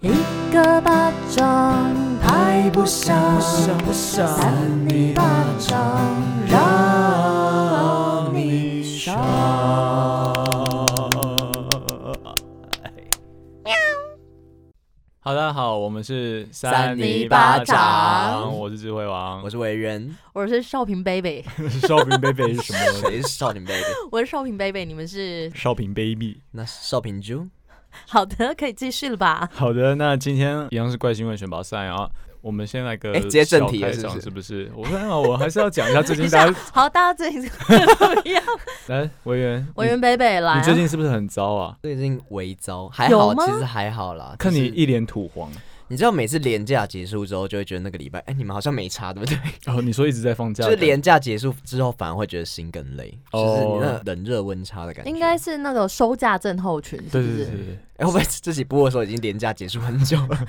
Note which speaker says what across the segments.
Speaker 1: 一个巴掌拍不响，
Speaker 2: 不想
Speaker 1: 三你巴掌让你爽。
Speaker 3: 好，大家好，我们是
Speaker 2: 三
Speaker 1: 尼巴掌
Speaker 3: 我是智慧王，
Speaker 2: 我是维 人，
Speaker 1: 我是少平 baby，
Speaker 3: 是少平 baby 是什 么？
Speaker 2: 谁是少年 baby？
Speaker 1: 我是少平 baby，你们是
Speaker 3: 少平 baby。
Speaker 2: 那是少平猪，
Speaker 1: 好的，可以继续了吧？
Speaker 3: 好的，那今天一样是怪新闻选拔赛啊，我们先来个
Speaker 2: 哎直接正题
Speaker 3: 小
Speaker 2: 了
Speaker 3: 开
Speaker 2: 是不
Speaker 3: 场
Speaker 2: 是
Speaker 3: 是不是？我看啊，我还是要讲一下最近 大家
Speaker 1: 啊好，大家最近怎么样？
Speaker 3: 来维园，
Speaker 1: 我跟 baby 来、
Speaker 3: 你
Speaker 1: 啊，
Speaker 3: 你最近是不是很糟啊？
Speaker 2: 最近微糟，还
Speaker 1: 有
Speaker 2: 好，
Speaker 1: 吗
Speaker 2: 其实还好啦。
Speaker 3: 看你
Speaker 2: 就是
Speaker 3: 一脸土黄
Speaker 2: 你知道每次连假结束之后，就会觉得那个礼拜，哎，你们好像没差，对不对？
Speaker 3: 哦，你说一直在放假的
Speaker 2: 就是
Speaker 3: 感觉，
Speaker 2: 连假结束之后，反而会觉得心更累，就是
Speaker 3: 哦
Speaker 2: 你那冷热温差的感觉。
Speaker 1: 应该是那个收假症候群，是
Speaker 3: 对
Speaker 1: 不
Speaker 3: 对对
Speaker 1: 是？
Speaker 3: 对对，
Speaker 2: 哎，会不会这期播的时候已经连假结束很久 了？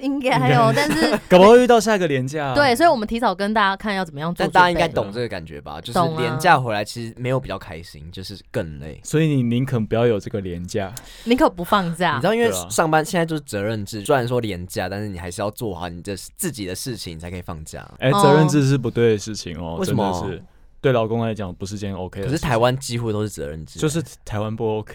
Speaker 1: 应该还有，但 是
Speaker 3: 搞不好遇到下一个连假啊，
Speaker 1: 对，所以我们提早跟大家看要怎么样做
Speaker 2: 但
Speaker 1: 准备。
Speaker 2: 大家应该懂这个感觉吧？就是
Speaker 1: 懂啊
Speaker 2: 连假回来，其实没有比较开心，就是更累。
Speaker 3: 所以你宁肯不要有这个廉价，
Speaker 1: 你可不放
Speaker 2: 你
Speaker 1: 假
Speaker 2: 知，道，因为
Speaker 3: 对啊
Speaker 2: 上班现在就是责任制，虽然说廉价，但是你还是要做好你的自己的事情，你才可以放假。
Speaker 3: 哎、
Speaker 1: 哦
Speaker 3: 责任制是不对的事情哦，
Speaker 2: 为什么
Speaker 3: 真的是对老公来讲不是件 OK 的
Speaker 2: 可
Speaker 3: 事
Speaker 2: 是
Speaker 3: 情。
Speaker 2: 台湾几乎都是责任制，啊
Speaker 3: 就是台湾不 OK，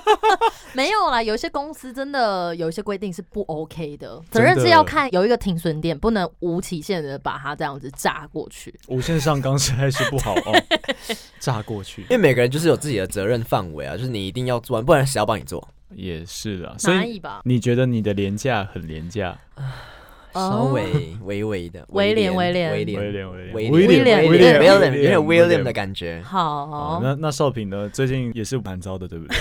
Speaker 1: 没有啦。有一些公司真的有一些规定是不 OK 的，责
Speaker 3: 真的
Speaker 1: 任是要看有一个停损点，不能无期限的把它这样子炸过去。
Speaker 3: 无限上纲实在是不 好哦，炸过去
Speaker 2: 因为每个人就是有自己的责任范围啊，就是你一定要做完，不然谁要帮你做？
Speaker 3: 也是啦。所
Speaker 1: 蚂
Speaker 3: 以
Speaker 1: 蚁吧，
Speaker 3: 你觉得你的廉价很廉价？
Speaker 2: 稍
Speaker 1: 哦
Speaker 2: 微微微 的
Speaker 1: 威廉
Speaker 2: 威
Speaker 1: 威
Speaker 2: 威
Speaker 3: 威
Speaker 2: 廉
Speaker 3: 廉，
Speaker 2: 威
Speaker 3: 廉，威
Speaker 1: 廉
Speaker 3: 威
Speaker 1: 威
Speaker 3: 廉，
Speaker 1: 廉
Speaker 2: 有点有点 William 的感觉。
Speaker 3: 哦
Speaker 1: 好，，
Speaker 3: 那那少平呢？最近也是蛮糟的，对 不对？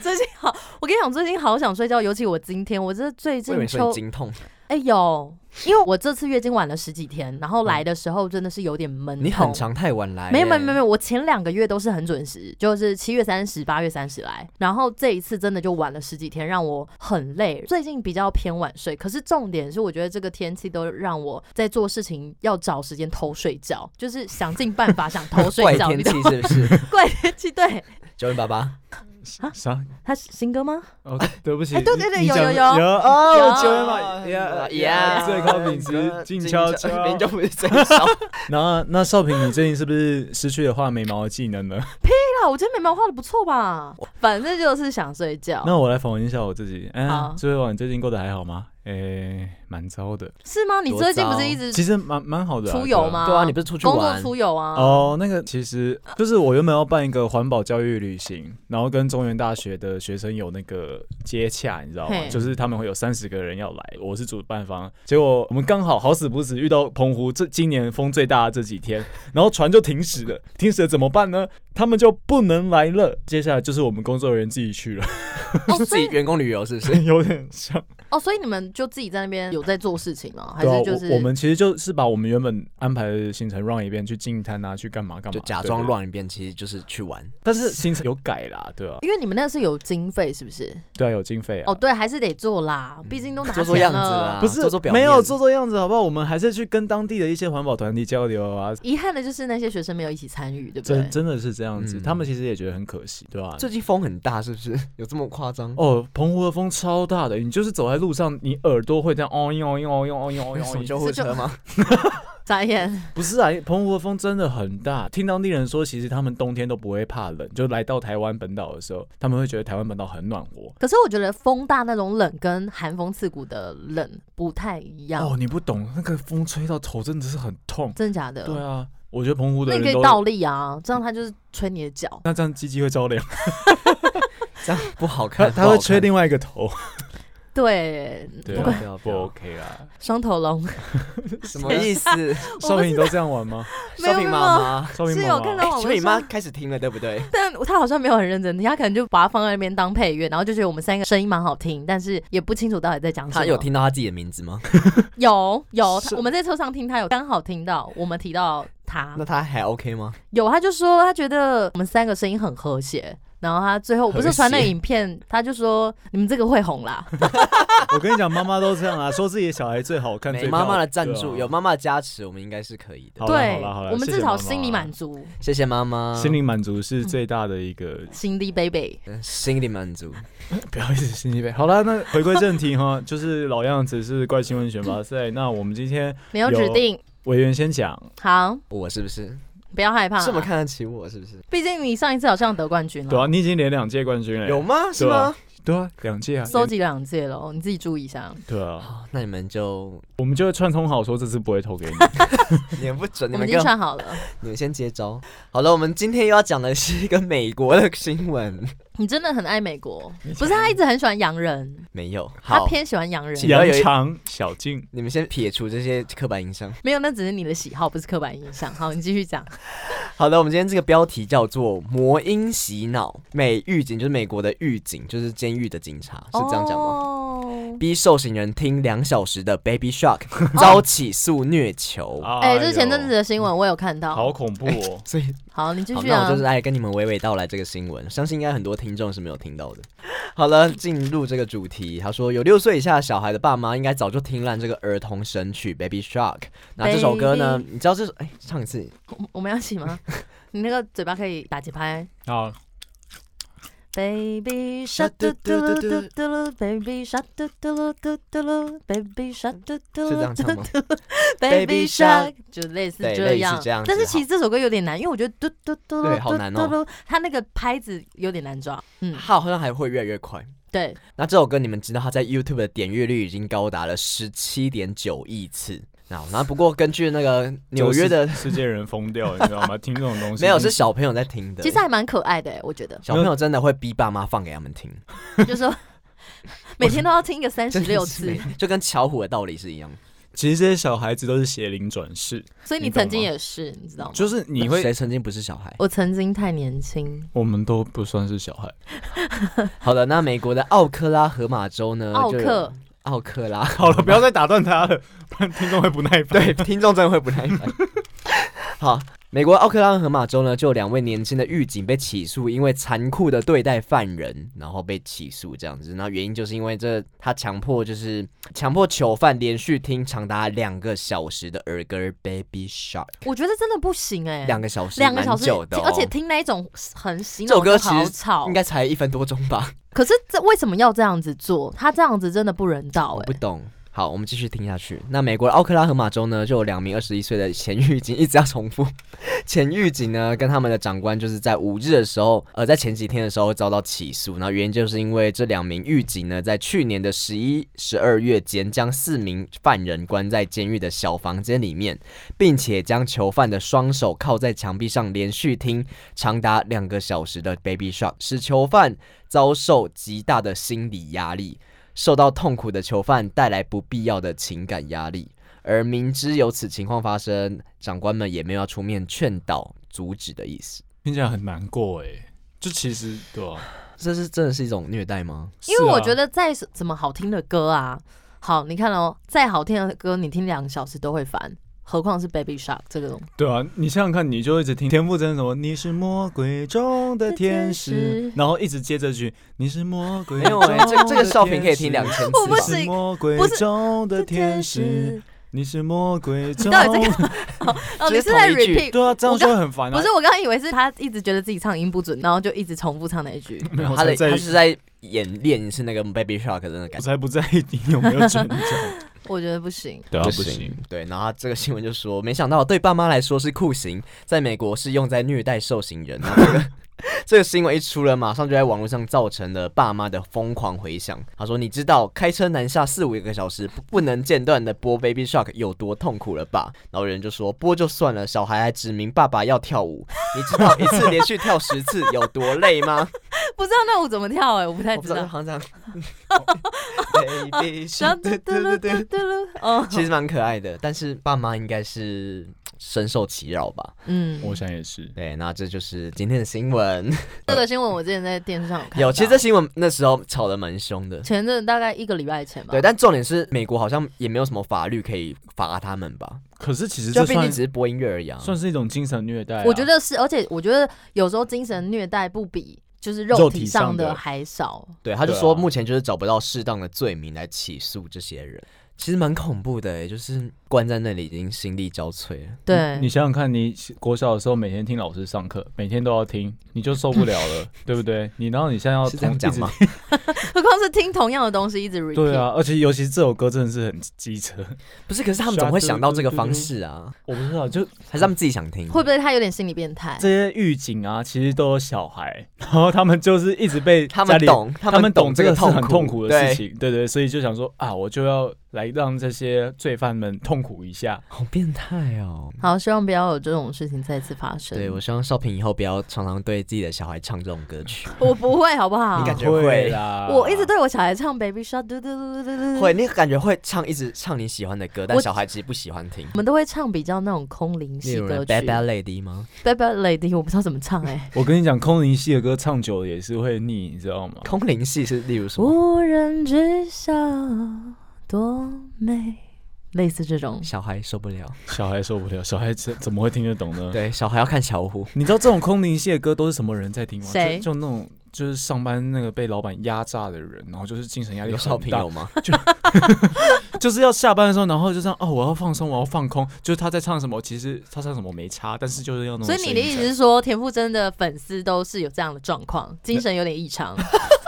Speaker 1: 最近好，我跟你讲，最近好想睡觉，尤其我今天，我这最
Speaker 2: 我以为
Speaker 1: 近
Speaker 2: 你说
Speaker 1: 秋
Speaker 2: 你，经痛，
Speaker 1: 哎、有，因为我这次月经晚了十几天，然后来的时候真的是有点闷痛。
Speaker 2: 你很常太晚来耶，欸
Speaker 1: 没有没有没有没有，我前两个月都是很准时，就是七月三十、八月三十来，然后这一次真的就晚了十几天，让我很累。最近比较偏晚睡，可是重点是我觉得这个天气都让我在做事情要找时间偷睡觉，就是想尽办法想偷
Speaker 2: 怪
Speaker 1: 睡觉。
Speaker 2: 天
Speaker 1: 你知
Speaker 2: 气
Speaker 1: 道吗
Speaker 2: 是 不是？
Speaker 1: 怪天气，对，
Speaker 2: 九零八八，
Speaker 3: 啥？
Speaker 1: 他是新歌吗？
Speaker 3: 哦，对不起，
Speaker 1: 哎对
Speaker 3: 你
Speaker 1: 对对
Speaker 3: 你
Speaker 1: 有
Speaker 3: 讲
Speaker 1: 有有嗯
Speaker 3: 有哦，九月
Speaker 2: 哎呀
Speaker 3: 嘛，
Speaker 2: 呀，
Speaker 3: 最高品质静悄悄。
Speaker 2: 明明就不是最高。
Speaker 3: 那那少平，你最近是不是失去了画眉毛的技能呢？
Speaker 1: 对啦，我今天眉毛画的不错吧？反正就是想睡觉，
Speaker 3: 那我来访问一下我自己。哎
Speaker 1: 好，
Speaker 3: 最后你最近过得还好吗？诶，蛮糟的，
Speaker 1: 是吗？你
Speaker 2: 多
Speaker 1: 最近不
Speaker 2: 糟
Speaker 1: 是一直
Speaker 3: 其实蛮蛮好的啊。
Speaker 1: 出游
Speaker 3: 对啊
Speaker 1: 吗？
Speaker 2: 对啊，你不是出去
Speaker 1: 工作
Speaker 2: 玩？
Speaker 1: 出游啊？
Speaker 3: 哦，那个其实
Speaker 1: 嗯
Speaker 3: 就是我原本要办一个环保教育旅行，然后跟中原大学的学生有那个接洽，你知道吗
Speaker 1: 嘿？
Speaker 3: 就是他们会有三十个人要来，我是主办方。结果我们刚好好死不死遇到澎湖这今年风最大的这几天，然后船就停驶了，停驶了怎么办呢？他们就不能来了。接下来就是我们工作人员自己去了，
Speaker 1: 哦，
Speaker 2: 自
Speaker 1: 所以
Speaker 2: 己员工旅游是不是？
Speaker 3: 有点像。
Speaker 1: 哦，所以你们就自己在那边有在做事情吗？还
Speaker 3: 对啊
Speaker 1: 是就是、
Speaker 3: 我我们其实就是把我们原本安排的行程 run 一遍，去进滩啊，去干嘛干嘛，
Speaker 2: 就假
Speaker 3: 对
Speaker 2: 装。
Speaker 3: 对对
Speaker 2: 乱一遍，其实就是去玩。
Speaker 3: 但是行程有改啦，对啊，
Speaker 1: 因为你们那是有经费是不是？
Speaker 3: 对啊，有经费啊。
Speaker 1: 哦，
Speaker 3: 嗯
Speaker 1: 对，还是得做啦，毕竟都拿
Speaker 2: 做
Speaker 1: 钱
Speaker 2: 做样子
Speaker 1: 了
Speaker 2: 啦。
Speaker 3: 不是
Speaker 2: 做做表
Speaker 3: 没有
Speaker 2: 面
Speaker 3: 啊做做样子，好不好？我们还是去跟当地的一些环保团体交流啊。
Speaker 1: 遗憾的就是那些学生没有一起参与，对不对
Speaker 3: 真？真的是这样子，
Speaker 2: 嗯
Speaker 3: 他们其实也觉得很可惜，对吧、
Speaker 2: 最近风很大，是不是？有这么夸张？
Speaker 3: 哦，澎湖的风超大的，你就是走在路上，你耳朵会这样哦哟哦哟哦哟哦哟
Speaker 2: 有什
Speaker 3: 哦
Speaker 2: 么
Speaker 3: 哟。
Speaker 2: 救护车 吗？
Speaker 1: 眨眼，
Speaker 3: 不是啊，澎湖的风真的很大。听当地人说，其实他们冬天都不会怕冷，就来到台湾本岛的时候，他们会觉得台湾本岛很暖和。
Speaker 1: 可是我觉得风大那种冷跟寒风刺骨的冷不太一样，
Speaker 3: 哦，你不懂，那个风吹到头真的是很痛。
Speaker 1: 真的假的？
Speaker 3: 对啊，我觉得澎湖的
Speaker 1: 那你可
Speaker 3: 人
Speaker 1: 以
Speaker 3: 都
Speaker 1: 倒立啊，这样他就是吹你的脚。
Speaker 3: 那这样鸡鸡会着凉，
Speaker 2: 这样不好
Speaker 3: 他
Speaker 2: 看，
Speaker 3: 他会 吹另外一个头。
Speaker 1: 对，
Speaker 3: 对
Speaker 2: 不
Speaker 3: 啊
Speaker 2: 管不要不
Speaker 3: 不
Speaker 2: 要
Speaker 3: OK 啦。
Speaker 1: 双头龙
Speaker 2: 什么意 思？
Speaker 3: 少平，你都这样玩吗？
Speaker 1: 没有
Speaker 2: 少平妈妈，
Speaker 3: 少平啊
Speaker 1: 是
Speaker 3: 妈
Speaker 1: 有
Speaker 3: 妈
Speaker 1: 看到网
Speaker 2: 哎所
Speaker 1: 络
Speaker 2: 以你妈
Speaker 1: 上，
Speaker 2: 开始听了，对不对？
Speaker 1: 但他好像没有很认真听，他可能就把它放在那边当配乐，然后就觉得我们三个声音蛮好听，但是也不清楚到底在讲什么。
Speaker 2: 她有听到她自己的名字吗？
Speaker 1: 有有，
Speaker 3: 是
Speaker 1: 他我们在车上听他有刚好听到我们提到他
Speaker 2: 那，她还 OK 吗？
Speaker 1: 有他就说他觉得我们三个声音很和谐，然后他最后我不是传那个
Speaker 2: 和谐
Speaker 1: 影片，他就说你们这个会红啦，
Speaker 3: 我跟你讲，妈妈都这样啊，说自己的小孩最好看，
Speaker 2: 没
Speaker 3: 最
Speaker 2: 妈妈
Speaker 3: 漂
Speaker 2: 的
Speaker 3: 亮
Speaker 2: 赞
Speaker 3: 对啊
Speaker 2: 助，有妈妈的加持，我们应该是可以的。
Speaker 3: 好啦
Speaker 1: 对
Speaker 3: 好啦好啦，
Speaker 1: 我们
Speaker 3: 谢
Speaker 1: 至
Speaker 3: 谢
Speaker 1: 少
Speaker 3: 妈妈啊
Speaker 1: 心里满足，
Speaker 2: 谢谢妈妈，
Speaker 3: 心灵满足是最大的一个，
Speaker 1: 心力贝贝。
Speaker 2: 呃心灵满足。
Speaker 3: 不要一直心里呗。好啦，那回归正题哈，就是老样子是怪新闻选 拔赛。那我们今天
Speaker 1: 没有
Speaker 3: 有
Speaker 1: 指定，
Speaker 3: 委员先讲，
Speaker 2: 嗯
Speaker 1: 好，
Speaker 2: 我是不是
Speaker 1: 不要害怕、
Speaker 2: 这么，看得起我？是不是？
Speaker 1: 毕竟你上一次好像得冠军
Speaker 3: 对
Speaker 1: 了，
Speaker 3: 啊，你已经连两届冠军了，
Speaker 2: 有吗？是吗？
Speaker 3: 对啊，两届啊，
Speaker 1: 收集两届了，你自己注意一下。
Speaker 3: 对啊，
Speaker 2: 好，哦那你们就
Speaker 3: 我们就会串通好说这次不会投给你。
Speaker 2: 你们不准，你
Speaker 1: 我们
Speaker 2: 们
Speaker 1: 已
Speaker 2: 给
Speaker 1: 经
Speaker 2: 我，
Speaker 1: 串好了，
Speaker 2: 你们先接招。好了，我们今天又要讲的是一个美国的新闻，
Speaker 1: 你真的很爱美国，不是？他一直很喜欢洋人，
Speaker 2: 没有。
Speaker 1: 他
Speaker 2: 好，
Speaker 1: 偏喜欢洋人，
Speaker 2: 请
Speaker 3: 扬长小静，
Speaker 2: 你们先撇除这些刻板印象。
Speaker 1: 没有，那只是你的喜好，不是刻板印象。好，你继续 讲。
Speaker 2: 好的，我们今天这个标题叫做“魔音洗脑”，美狱警就是美国的狱警，就是监狱的警察，是这样讲吗？
Speaker 1: 哦，
Speaker 2: 逼受刑人听两小时的 Baby Shark 遭起诉虐囚，
Speaker 1: 哎，这是前阵子的新闻，我有看到。
Speaker 3: 好恐怖 哦。
Speaker 2: 所以
Speaker 1: 好，你继
Speaker 2: 好，
Speaker 1: 续
Speaker 2: 那
Speaker 1: 啊
Speaker 2: 我就。是来跟你们娓娓道来这个新闻，相信应该很多听众是没有听到的。好了，进入这个主题，他说有六岁以下小孩的爸妈应该早就听烂这个儿童神曲《Baby Shark》，那这首歌呢
Speaker 1: Baby
Speaker 2: 你知道这首哎唱一次
Speaker 1: 我 我们要洗 吗？你那个嘴巴可以打节拍。
Speaker 3: 好，
Speaker 1: Baby shark 嘟嘟噜嘟嘟噜，Baby shark 嘟嘟噜嘟嘟噜，Baby shark 嘟嘟
Speaker 2: 是这
Speaker 1: 噜
Speaker 2: 样
Speaker 1: 嘟
Speaker 2: 唱吗？
Speaker 1: ，Baby
Speaker 2: Baby
Speaker 1: shark
Speaker 2: shark
Speaker 1: 就类似
Speaker 2: 对
Speaker 1: 这
Speaker 2: 类似
Speaker 1: 样
Speaker 2: 这样。子
Speaker 1: 但是其实这首歌有点难，因为我觉得嘟嘟嘟噜
Speaker 2: 对好难
Speaker 1: 嘟
Speaker 2: 哦
Speaker 1: 嘟噜，它那个拍子有点难抓。嗯，
Speaker 2: 它好像还会越来越快。
Speaker 1: 对，
Speaker 2: 那这首歌你们知道，它在 YouTube 的点阅率已经高达了十七点九亿次。那那不过根据那个纽约的
Speaker 3: 就是世界人疯掉，你知道 吗？听这种东西
Speaker 2: 没有是小朋友在听的，
Speaker 1: 其实还蛮可爱的欸，我觉
Speaker 2: 。
Speaker 1: 得
Speaker 2: 小朋友真的会逼爸妈放给他们听，
Speaker 1: 就是说 每天都要听一个三十
Speaker 2: 真的
Speaker 1: 六
Speaker 2: 是
Speaker 1: 次
Speaker 2: 没， 就跟巧虎的道理是一样。
Speaker 3: 其实这些小孩子都是邪灵转世，
Speaker 1: 所以你
Speaker 3: 你懂
Speaker 1: 曾经
Speaker 3: 吗
Speaker 1: 也是，你知道吗？
Speaker 3: 就是你会，
Speaker 2: 谁曾经不是小孩？
Speaker 1: 我曾经太年轻，
Speaker 3: 我们都不算是小孩，
Speaker 2: 好的，那美国的奥克拉荷马州呢？
Speaker 1: 奥
Speaker 2: 呃就有
Speaker 1: 克，
Speaker 2: 奥克 拉，
Speaker 3: 好了，不要再打断他了，不然听众会不耐烦。
Speaker 2: 对，听众真的会不 耐烦。好，美国奥克拉荷马州呢，就有两位年轻的狱警被起诉，因为残酷的对待犯人，然后被起诉这样子。那原因就是因为这他强迫就是强迫囚犯连续听长达两个小时的儿歌《Baby Shark》，
Speaker 1: 我觉得真的不行哎，
Speaker 2: 两个小时，
Speaker 1: 两个小
Speaker 2: 蛮
Speaker 1: 时
Speaker 2: 久，的、
Speaker 1: 听
Speaker 2: 哦，
Speaker 1: 而且听那一种很洗
Speaker 2: 这
Speaker 1: 脑
Speaker 2: 首歌
Speaker 1: 的
Speaker 2: 其实
Speaker 1: 好吵
Speaker 2: 应。该才一分多钟吧，
Speaker 1: 可是这为什么要这样子做？他这样子真的不人道
Speaker 2: 我哦不
Speaker 1: 哎。
Speaker 2: 懂。好，我们继续听下去。那美国的奥克拉荷马州呢，就有两名二十一岁的前狱警，一直要重复。前狱警呢，跟他们的长官就是在五日的时候，呃，在前几天的时候遭到起诉。然后原因就是因为这两名狱警呢，在去年的十一、十二月间，将四名犯人关在监狱的小房间里面，并且将囚犯的双手靠在墙壁上，连续听长达两个小时的《Baby Shark》，使囚犯遭受极大的心理压力。受到痛苦的囚犯带来不必要的情感压力，而明知有此情况发生，长官们也没有要出面劝导、阻止的意思。
Speaker 3: 听起来很难过哎，就其实对啊，
Speaker 2: 这是真的是一种虐待吗？
Speaker 1: 因为我觉
Speaker 3: 得
Speaker 1: 得再怎么好听的歌啊，好，你看哦，再好听的歌你听两个小时都会烦，何况是 Baby Shark 这个东西。
Speaker 3: 对啊，你想想看，你就一直听田馥甄什么“你是魔鬼中的天
Speaker 1: 天使
Speaker 3: 使”，然后一直接这句“你是魔鬼
Speaker 2: 没
Speaker 3: 中
Speaker 2: 有哎、
Speaker 3: 的
Speaker 2: 这个这个少平可以
Speaker 3: 天使
Speaker 2: 听两千次
Speaker 1: 我不
Speaker 2: 吧？
Speaker 1: 行
Speaker 3: 你是魔鬼中的天使，你是魔鬼中。
Speaker 1: 到底在哦，你
Speaker 2: 就
Speaker 1: 是
Speaker 2: 是
Speaker 1: 在
Speaker 2: 同一句
Speaker 1: repeat
Speaker 3: 对啊，这样就会很烦啊。
Speaker 1: 不是，我刚刚以为是他一直觉得自己唱音不准，然后就一直重复唱那一 句。
Speaker 3: 没有，
Speaker 2: 他的
Speaker 3: 我才在
Speaker 2: 他是在演练是那个 Baby Shark 的那个
Speaker 3: 我
Speaker 2: 感觉。
Speaker 3: 才不在意你有没有准讲。
Speaker 1: 我觉得不行。
Speaker 3: 对啊
Speaker 2: 不，，对，然后他这个新闻就说，没想到对爸妈来说是酷刑，在美国是用在虐待受刑人。然后这个这个新闻一出了，马上就在网络上造成了爸妈的疯狂回响。他说：“你知道开车南下四五个小时不不能间断的播 Baby Shark 有多痛苦了吧？”然后有人就说：“播就算了，小孩还指明爸爸要跳舞，你知道一次连续跳十次有多累吗
Speaker 1: 不知道那舞怎么跳哎、 我不？”太
Speaker 2: 我不
Speaker 1: 知
Speaker 2: 知道，
Speaker 1: 道。
Speaker 2: 好像这样 Baby
Speaker 1: 然后
Speaker 2: Shark，
Speaker 1: 嘟嘟噜嘟嘟噜， 哦，
Speaker 2: 其实蛮可爱的，但是爸妈应该是深受其扰吧。
Speaker 1: 嗯，
Speaker 3: 我想也是。
Speaker 2: 对，那这就是今天的新闻。
Speaker 1: 这个新闻我之前在电视上有看到。
Speaker 2: 有，其实这新闻那时候吵得蛮凶的。
Speaker 1: 前阵大概一个礼拜前吧。
Speaker 2: 对，但重点是美国好像也没有什么法律可以罚他们吧？
Speaker 3: 可是其实
Speaker 2: 就
Speaker 3: 这
Speaker 2: 毕竟
Speaker 3: 算
Speaker 2: 只是播音乐而已啊。
Speaker 3: 算是一种精神虐待啊。
Speaker 1: 我觉得是，而且我觉得有时候精神虐待不比。就是
Speaker 3: 肉
Speaker 1: 肉
Speaker 3: 体
Speaker 1: 体
Speaker 3: 上
Speaker 1: 上
Speaker 3: 的
Speaker 1: 的还少。
Speaker 2: 对，他就
Speaker 3: 对啊
Speaker 2: 说目前就是找不到适当的罪名来起诉这些人，其实蛮恐怖的、欸，就是关在那里已经心力交瘁了。
Speaker 1: 对，
Speaker 3: 你想想看，你国小的时候每天听老师上课，每天都要听，你就受不了 了，对不对？你然后你现在要
Speaker 2: 是这样
Speaker 3: 同
Speaker 2: 讲
Speaker 3: 一直
Speaker 2: 吗？
Speaker 1: 何况是听同样的东西一直 repeat。
Speaker 3: 对 啊，而且尤其是这首歌真的是很机车，
Speaker 2: 不是，可是他们怎么会想到这个方式啊？
Speaker 3: 我不知道，就
Speaker 2: 还是他们自己想听？
Speaker 1: 会不会他有点心理变态？
Speaker 3: 这些狱警啊，其实都有小孩，然后他们就是一直被
Speaker 2: 他
Speaker 3: 家
Speaker 2: 们
Speaker 3: 里
Speaker 2: 懂，他
Speaker 3: 他们懂
Speaker 2: 这
Speaker 3: 个
Speaker 2: 个
Speaker 3: 是
Speaker 2: 痛
Speaker 3: 很痛苦的事
Speaker 2: 对，
Speaker 3: 情，对对，所以就想说啊，我就要来让这些罪犯们痛苦一下。
Speaker 2: 好变态哦。
Speaker 1: 好，希望不要有这种事情再次发生。
Speaker 2: 对，我希望少平以后不要常常对自己的小孩唱这种歌 曲。
Speaker 1: 我不会，好不好？
Speaker 2: 你感觉
Speaker 3: 会
Speaker 2: 会
Speaker 3: 啦，
Speaker 1: 我一直对我小孩唱 Baby Shark，嘟嘟嘟嘟嘟嘟，
Speaker 2: 会，你感觉会唱一直唱你喜欢的歌，但
Speaker 1: 我
Speaker 2: 小孩其实不喜欢听
Speaker 1: 我。们都会唱比较那种空灵
Speaker 2: 例
Speaker 1: 系
Speaker 2: 如
Speaker 1: 歌
Speaker 2: 呢
Speaker 1: 曲。
Speaker 2: Bad Bad Lady 吗？
Speaker 1: Bad Bad Lady，我不知道怎么唱哎、
Speaker 3: 我跟你讲，空灵系的歌唱久了也是会腻，你知道吗？
Speaker 2: 空灵系是例如 什么？
Speaker 1: 无人知晓多美，类似这种。
Speaker 2: 小孩受不了。
Speaker 3: 小孩受不了，小孩怎怎么会听得懂呢？
Speaker 2: 对，小孩要看巧虎。
Speaker 3: 你知道这种空灵系的歌都是什么人在听吗？
Speaker 1: 谁
Speaker 3: 就就那种就是上班那个被老板压榨的人，然后就是精神压力
Speaker 2: 有
Speaker 3: 很
Speaker 2: 少平
Speaker 3: 大
Speaker 2: 有，吗？
Speaker 3: 就是要下班的时候，然后就这样哦，我要放松，我要放空。就是他在唱什么，其实他唱什么没差，但是就是要那种
Speaker 1: 所
Speaker 3: 声
Speaker 1: 以
Speaker 3: 音
Speaker 1: 你的
Speaker 3: 在。
Speaker 1: 意思是说，田馥甄的粉丝都是有这样的状况，精神有点异常，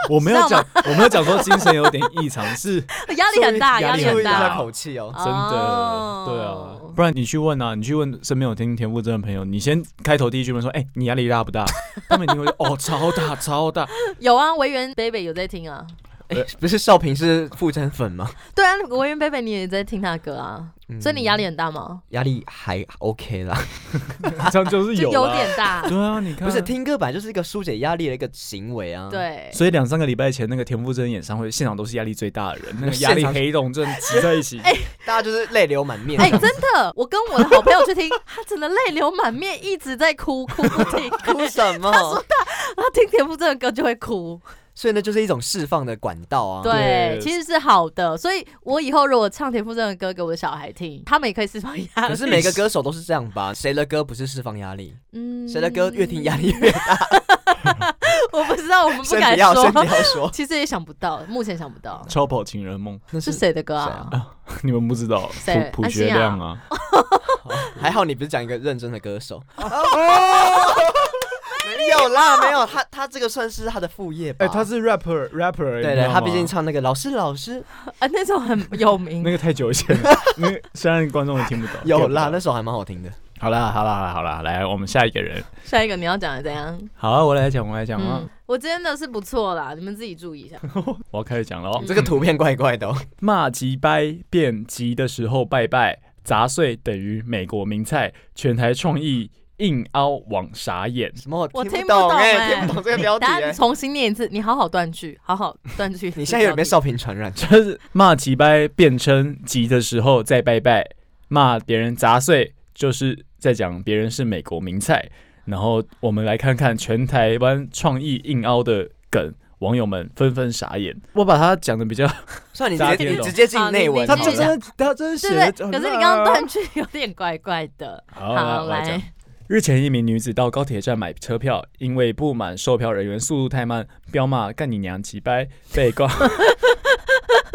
Speaker 3: 我没有
Speaker 1: 知道
Speaker 3: 讲，我没有讲说精神有点异常，是
Speaker 1: 压力很大，
Speaker 3: 注 意
Speaker 1: 压
Speaker 3: 压
Speaker 1: 力
Speaker 3: 力
Speaker 1: 很
Speaker 3: 注意一下
Speaker 1: 大。
Speaker 2: 口气哦。
Speaker 3: 真的，
Speaker 1: 哦
Speaker 3: 对啊，不然你去问啊，你去问身边有听田馥甄的朋友，你先开头第一句问说，哎、你压力大不 大？他们一定会说，哦，超大，超大。
Speaker 1: 有啊，维园 baby 有在听啊。
Speaker 2: 诶不是少平是傅征粉吗？
Speaker 1: 对啊，维园 baby 你也在听他的歌啊，所以你压力很大吗？
Speaker 2: 嗯压力还 OK 啦，
Speaker 3: 这样就是
Speaker 1: 就
Speaker 3: 有
Speaker 1: 有
Speaker 3: 啦
Speaker 1: 点大。
Speaker 3: 对啊，你看，
Speaker 2: 不是听歌本来就是一个疏解压力的一个行为啊。，
Speaker 1: 对，
Speaker 3: 所以两三个礼拜前那个田馥甄演唱会现场都是压力最大的人， 那个压
Speaker 2: 现
Speaker 3: 力
Speaker 2: 场
Speaker 3: 黑洞真的挤在一 起。
Speaker 2: 大家就是泪流满面。
Speaker 1: 哎、真的，我跟我的好朋友去听，他真的泪流满面，一直在哭，哭不停。
Speaker 2: 哭什么？
Speaker 1: 他听田馥甄的歌就会哭，
Speaker 2: 所以呢，就是一种释放的管道啊。
Speaker 1: 对，
Speaker 3: 对
Speaker 1: 其实是好的。所以我以后如果唱田馥甄的歌给我的小孩听，他们也可以释放压力。
Speaker 2: 可是每个歌手都是这样 吧？谁的歌不是释放压力？
Speaker 1: 嗯
Speaker 2: 谁的歌越听压力 越大？
Speaker 1: 我不知道，我们不
Speaker 2: 先
Speaker 1: 敢
Speaker 2: 不要，先不
Speaker 1: 说。
Speaker 2: 要说。
Speaker 1: 其实也想不到，目前想不到
Speaker 3: 超跑情人梦，
Speaker 2: 那
Speaker 1: 是？谁的歌啊？
Speaker 3: 你们不知道
Speaker 1: 谁
Speaker 3: 朴朴
Speaker 1: 安
Speaker 3: 学
Speaker 1: 心啊
Speaker 3: 亮啊，
Speaker 2: 还好你不是讲一个认真的 歌手。没有啦，没有他，他这个算是啊他的副业 吧？
Speaker 3: 哎、他是 rapper rapper，而已
Speaker 2: 对
Speaker 3: 你知
Speaker 2: 对，
Speaker 3: 道
Speaker 2: 他毕
Speaker 3: 吗
Speaker 2: 竟唱那个老师老师
Speaker 1: 啊，那种很有名
Speaker 3: 那。个太久以前了，那个虽然观众也听不懂。
Speaker 2: 有啦，
Speaker 3: get 不
Speaker 2: 那首还蛮好听的。
Speaker 3: 到好啦，好啦，好啦，好啦，来，我们下一个人。
Speaker 1: 下一个你要讲的怎样？
Speaker 3: 好啊，我来讲，我来讲啊
Speaker 1: 嗯，，我真的是不错啦，你们自己注意一下。
Speaker 3: 我要开始讲了
Speaker 1: 嗯
Speaker 3: 哦。
Speaker 2: 嗯这个图片怪怪的哦。
Speaker 3: 骂急掰变急的时候拜拜，砸碎等于美国名菜，全台创意硬凹往傻眼。
Speaker 2: 什么？
Speaker 1: 我
Speaker 2: 听
Speaker 1: 听不懂
Speaker 2: 哎、
Speaker 1: 哎
Speaker 2: 听不懂这个标题、
Speaker 1: 答
Speaker 2: 哎
Speaker 1: 案重新念一次，你好好断句，好好断句。
Speaker 2: 你现在有点被少平传染，
Speaker 3: 就是骂急掰变称急的时候再拜拜，骂别人砸碎就是在讲别人是美国名菜。然后我们来看看全台湾创意硬凹的梗，网友们纷纷傻眼。我把它讲的比较，
Speaker 2: 算你直
Speaker 3: 大家
Speaker 2: 接
Speaker 3: 听得
Speaker 2: 你
Speaker 3: 懂
Speaker 2: 直接进内文了，
Speaker 1: 好啊你你他真
Speaker 3: 的他真 的
Speaker 1: 对对，可是你刚刚断句有点怪怪的。
Speaker 3: 好来我来讲
Speaker 1: 来，
Speaker 3: 日前，一名女子到高铁站买车票，因为不满售票人员速度太慢，彪骂“干你娘几掰”，被告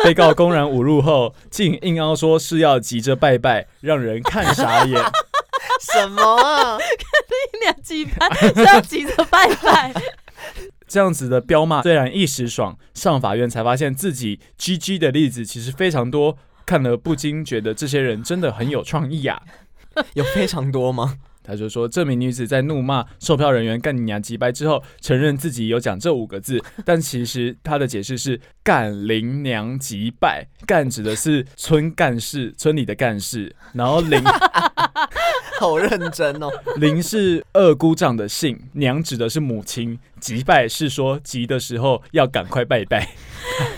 Speaker 3: 被告公然侮辱后，竟硬凹说是要急着拜拜，让人看傻眼。
Speaker 2: 什么啊？
Speaker 1: 一两鸡拜是 要急着拜拜，
Speaker 3: 这样子的彪骂虽然一时爽，上法院才发现自己 GG 的例子其实非常多，看了不禁觉得这些人真的很有创意啊。
Speaker 2: 有非常多吗？
Speaker 3: 他就说，这名女子在怒骂售票人员“干你娘几掰”之后，承认自己有讲这五个字，但其实她的解释是“干林娘几掰”，干指的是村干事，村里的干事，然后林
Speaker 2: 好认真哦。
Speaker 3: 林是二姑丈的姓，娘指的是母亲，急拜是说急的时候要赶快拜拜。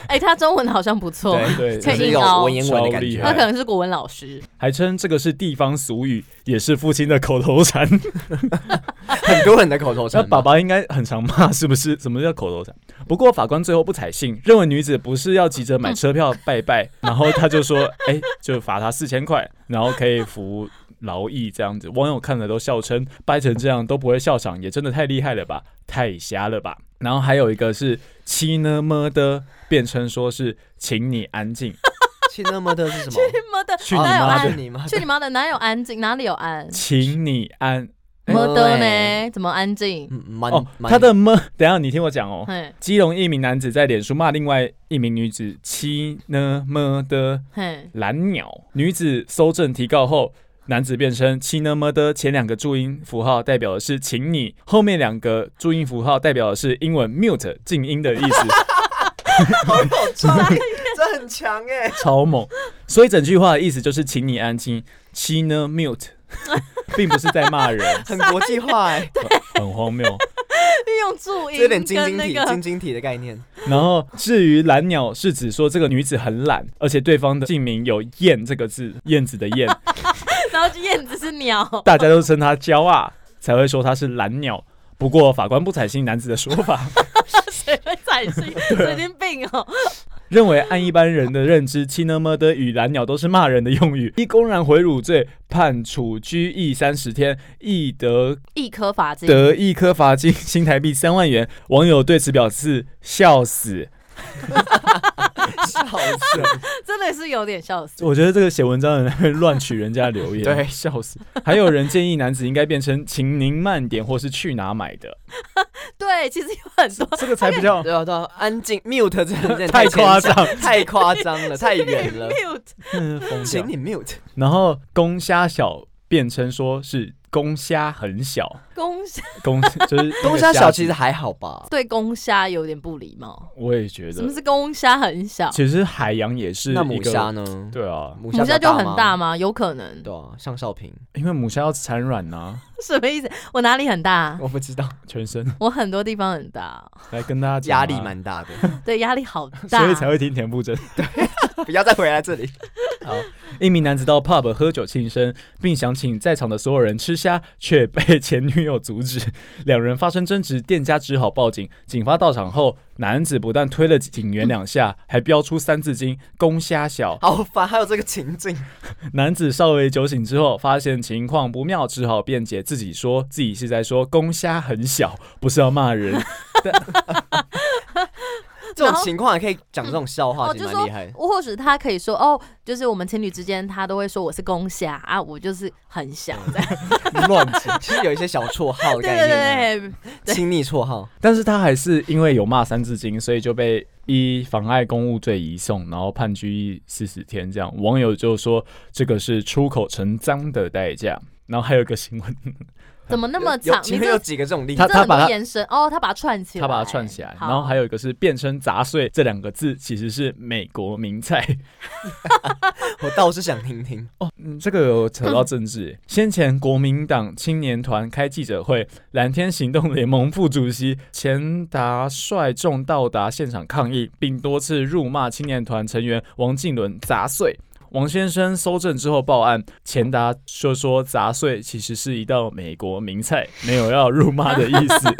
Speaker 1: 哎，他中文好像不错，
Speaker 3: 对
Speaker 1: 可
Speaker 2: 这
Speaker 1: 以
Speaker 2: 是一
Speaker 1: 硬
Speaker 2: 种
Speaker 1: 凹
Speaker 2: 文言文的
Speaker 3: 超
Speaker 2: 感
Speaker 3: 厉
Speaker 2: 觉
Speaker 1: 他
Speaker 3: 害。
Speaker 1: 可能是国文老师。
Speaker 3: 还称这个是地方俗语，也是父亲的口头禅。
Speaker 2: 很多人的口头
Speaker 3: 那
Speaker 2: 禅吧。
Speaker 3: 爸爸应该很常骂，是不是？什么叫口头禅？不过法官最后不采信，认为女子不是要急着买车票拜拜，然后他就说，哎、就罚他四千块，然后可以服劳役这样子。网友看了都笑称，掰成这样都不会笑场，也真的太厉害了吧，太瞎了吧。然后还有一个是七呢么的，变成说是请你安静，
Speaker 2: 亲那么的 是什么？啊
Speaker 1: 妈的，
Speaker 3: 去你
Speaker 1: 哪有
Speaker 3: 妈的
Speaker 1: 安？
Speaker 2: 你妈
Speaker 1: 去你妈的，哪有安静？哪里有安？
Speaker 3: 请你安
Speaker 1: 么的
Speaker 2: 哎
Speaker 1: 呢？怎么安静？
Speaker 2: 嗯蛮
Speaker 3: 哦，
Speaker 2: 蛮
Speaker 3: 他的么，等一下你听我讲哦。
Speaker 1: 嘿，
Speaker 3: 基隆一名男子在脸书骂另外一名女子七呢么的
Speaker 1: 嘿，
Speaker 3: 蓝鸟，女子搜证提告后。男子辩称，七呢么的前两个注音符号代表的是请你，后面两个注音符号代表的是英文 mute 静音的意思。
Speaker 2: 好有创意，这很强
Speaker 1: 欸
Speaker 2: 哎。
Speaker 3: 超猛。所以整句话的意思就是，请你安静，China mute，并不是在骂人，
Speaker 2: 很国际化 哎，
Speaker 3: 很荒谬。
Speaker 1: 运用注
Speaker 2: 这
Speaker 1: 音
Speaker 2: 有点晶
Speaker 1: 跟
Speaker 2: 晶
Speaker 1: 那
Speaker 2: 体、
Speaker 1: 个
Speaker 2: 晶晶体的 概念。
Speaker 3: 然后至于蓝鸟，是指说这个女子很懒，而且对方的姓名有“燕”这个字，燕子的燕，
Speaker 1: 然后燕子是 鸟，
Speaker 3: 大家都称她骄啊，才会说她是蓝鸟。不过法官不采信男子的说 法，
Speaker 1: 谁会采 信？
Speaker 2: 啊
Speaker 1: 神经病哦！
Speaker 3: 认为按一般人的认知，七那么的与蓝鸟都是骂人的用语，依公然毁辱罪判处拘役三十天，易得
Speaker 1: 一颗罚金，
Speaker 3: 得一颗罚金新台币三万元。网友对此表示笑死。
Speaker 2: 笑死！
Speaker 1: 真的是有点笑死。
Speaker 3: 我觉得这个写文章的人乱取人家 留言，
Speaker 2: 对
Speaker 3: 笑死。还有人建议男子应该变成“请您慢点”或是“去哪买的
Speaker 1: 对，其实有很多”，
Speaker 3: 这个才比较
Speaker 2: 对啊，对啊，安静 mute 这有点
Speaker 3: 太夸
Speaker 2: 牵
Speaker 3: 张
Speaker 2: 强，太夸张 了，太远了。
Speaker 1: mute，
Speaker 3: 嗯疯掉
Speaker 2: 请。你 mute，
Speaker 3: 然后公虾小变称说是公虾很小，
Speaker 1: 公虾
Speaker 3: 公 就是 那个
Speaker 2: 东虾小其
Speaker 3: 子
Speaker 2: 实还好吧，
Speaker 1: 对公虾有点不礼貌。
Speaker 3: 我也觉
Speaker 1: 什么
Speaker 3: 得，
Speaker 1: 是公虾很小？
Speaker 3: 其实海洋也是
Speaker 2: 那
Speaker 3: 一
Speaker 2: 母
Speaker 3: 个
Speaker 2: 虾，呢？
Speaker 3: 对啊，
Speaker 2: 母
Speaker 1: 母
Speaker 2: 虾
Speaker 1: 虾
Speaker 2: 比
Speaker 1: 就
Speaker 2: 较
Speaker 1: 很大
Speaker 2: 吗？
Speaker 1: 吗？有可能，
Speaker 2: 对啊，向少平，
Speaker 3: 因为母虾要产卵呐，
Speaker 1: 什么意思？我哪里很大 啊？
Speaker 2: 我不知道，
Speaker 3: 全身
Speaker 1: 我很多地方很大，
Speaker 3: 来跟大家讲啊
Speaker 2: 压力，蛮大的，
Speaker 1: 对，压力好大。
Speaker 3: 所以才会听田馥甄。
Speaker 2: 不要再回来这里。
Speaker 3: 一名男子到 pub 喝酒庆生，并想请在场的所有人吃虾，却被前女友阻止，两人发生争执，店家只好报警。警方到场后，男子不但推了警员两下，还飙出三字经“公虾小
Speaker 2: 好烦，还有这个情境，”。
Speaker 3: 男子稍微酒醒之后，发现情况不妙，只好辩解自己说自己是在说“公虾很小”，不是要骂人。
Speaker 2: 这
Speaker 1: 然
Speaker 2: 种
Speaker 1: 后
Speaker 2: 情况还可以讲这种笑话，
Speaker 1: 哦
Speaker 2: 其实
Speaker 1: 就
Speaker 2: 蛮厉害。
Speaker 1: 或许他可以说哦，就是我们情侣之间，他都会说我是公虾啊，我就是很小这样。
Speaker 2: 乱讲，其实嗯有一些小绰号的
Speaker 1: 对
Speaker 2: 概
Speaker 1: 对
Speaker 2: 念啊，
Speaker 1: 对对，对
Speaker 2: 亲密绰号。
Speaker 3: 但是他还是因为有骂三字经，所以就被依妨碍公务罪移送，然后判拘役四十天。这样网友就说这个是出口成脏的代价。然后还有一个新闻，
Speaker 1: 怎么那么
Speaker 2: 有
Speaker 1: 长？你
Speaker 2: 请问有
Speaker 1: 这
Speaker 2: 几个这种例子
Speaker 3: 他？
Speaker 1: 这很
Speaker 3: 把它
Speaker 1: 多延伸哦，他把它串起来，
Speaker 3: 他把它串起来，
Speaker 1: 好
Speaker 3: 然后还有一个是变称杂碎这两个字其实是美国名菜。
Speaker 2: 我倒是想听听。
Speaker 3: 哦，嗯，这个有扯到政治。先前国民党青年团开记者会，蓝天行动联盟副主席钱达率众到达现场抗议，并多次辱骂青年团成员王敬伦杂碎。王先生搜证之后报案，钱达就说杂碎其实是一道美国名菜，没有要辱骂的意思。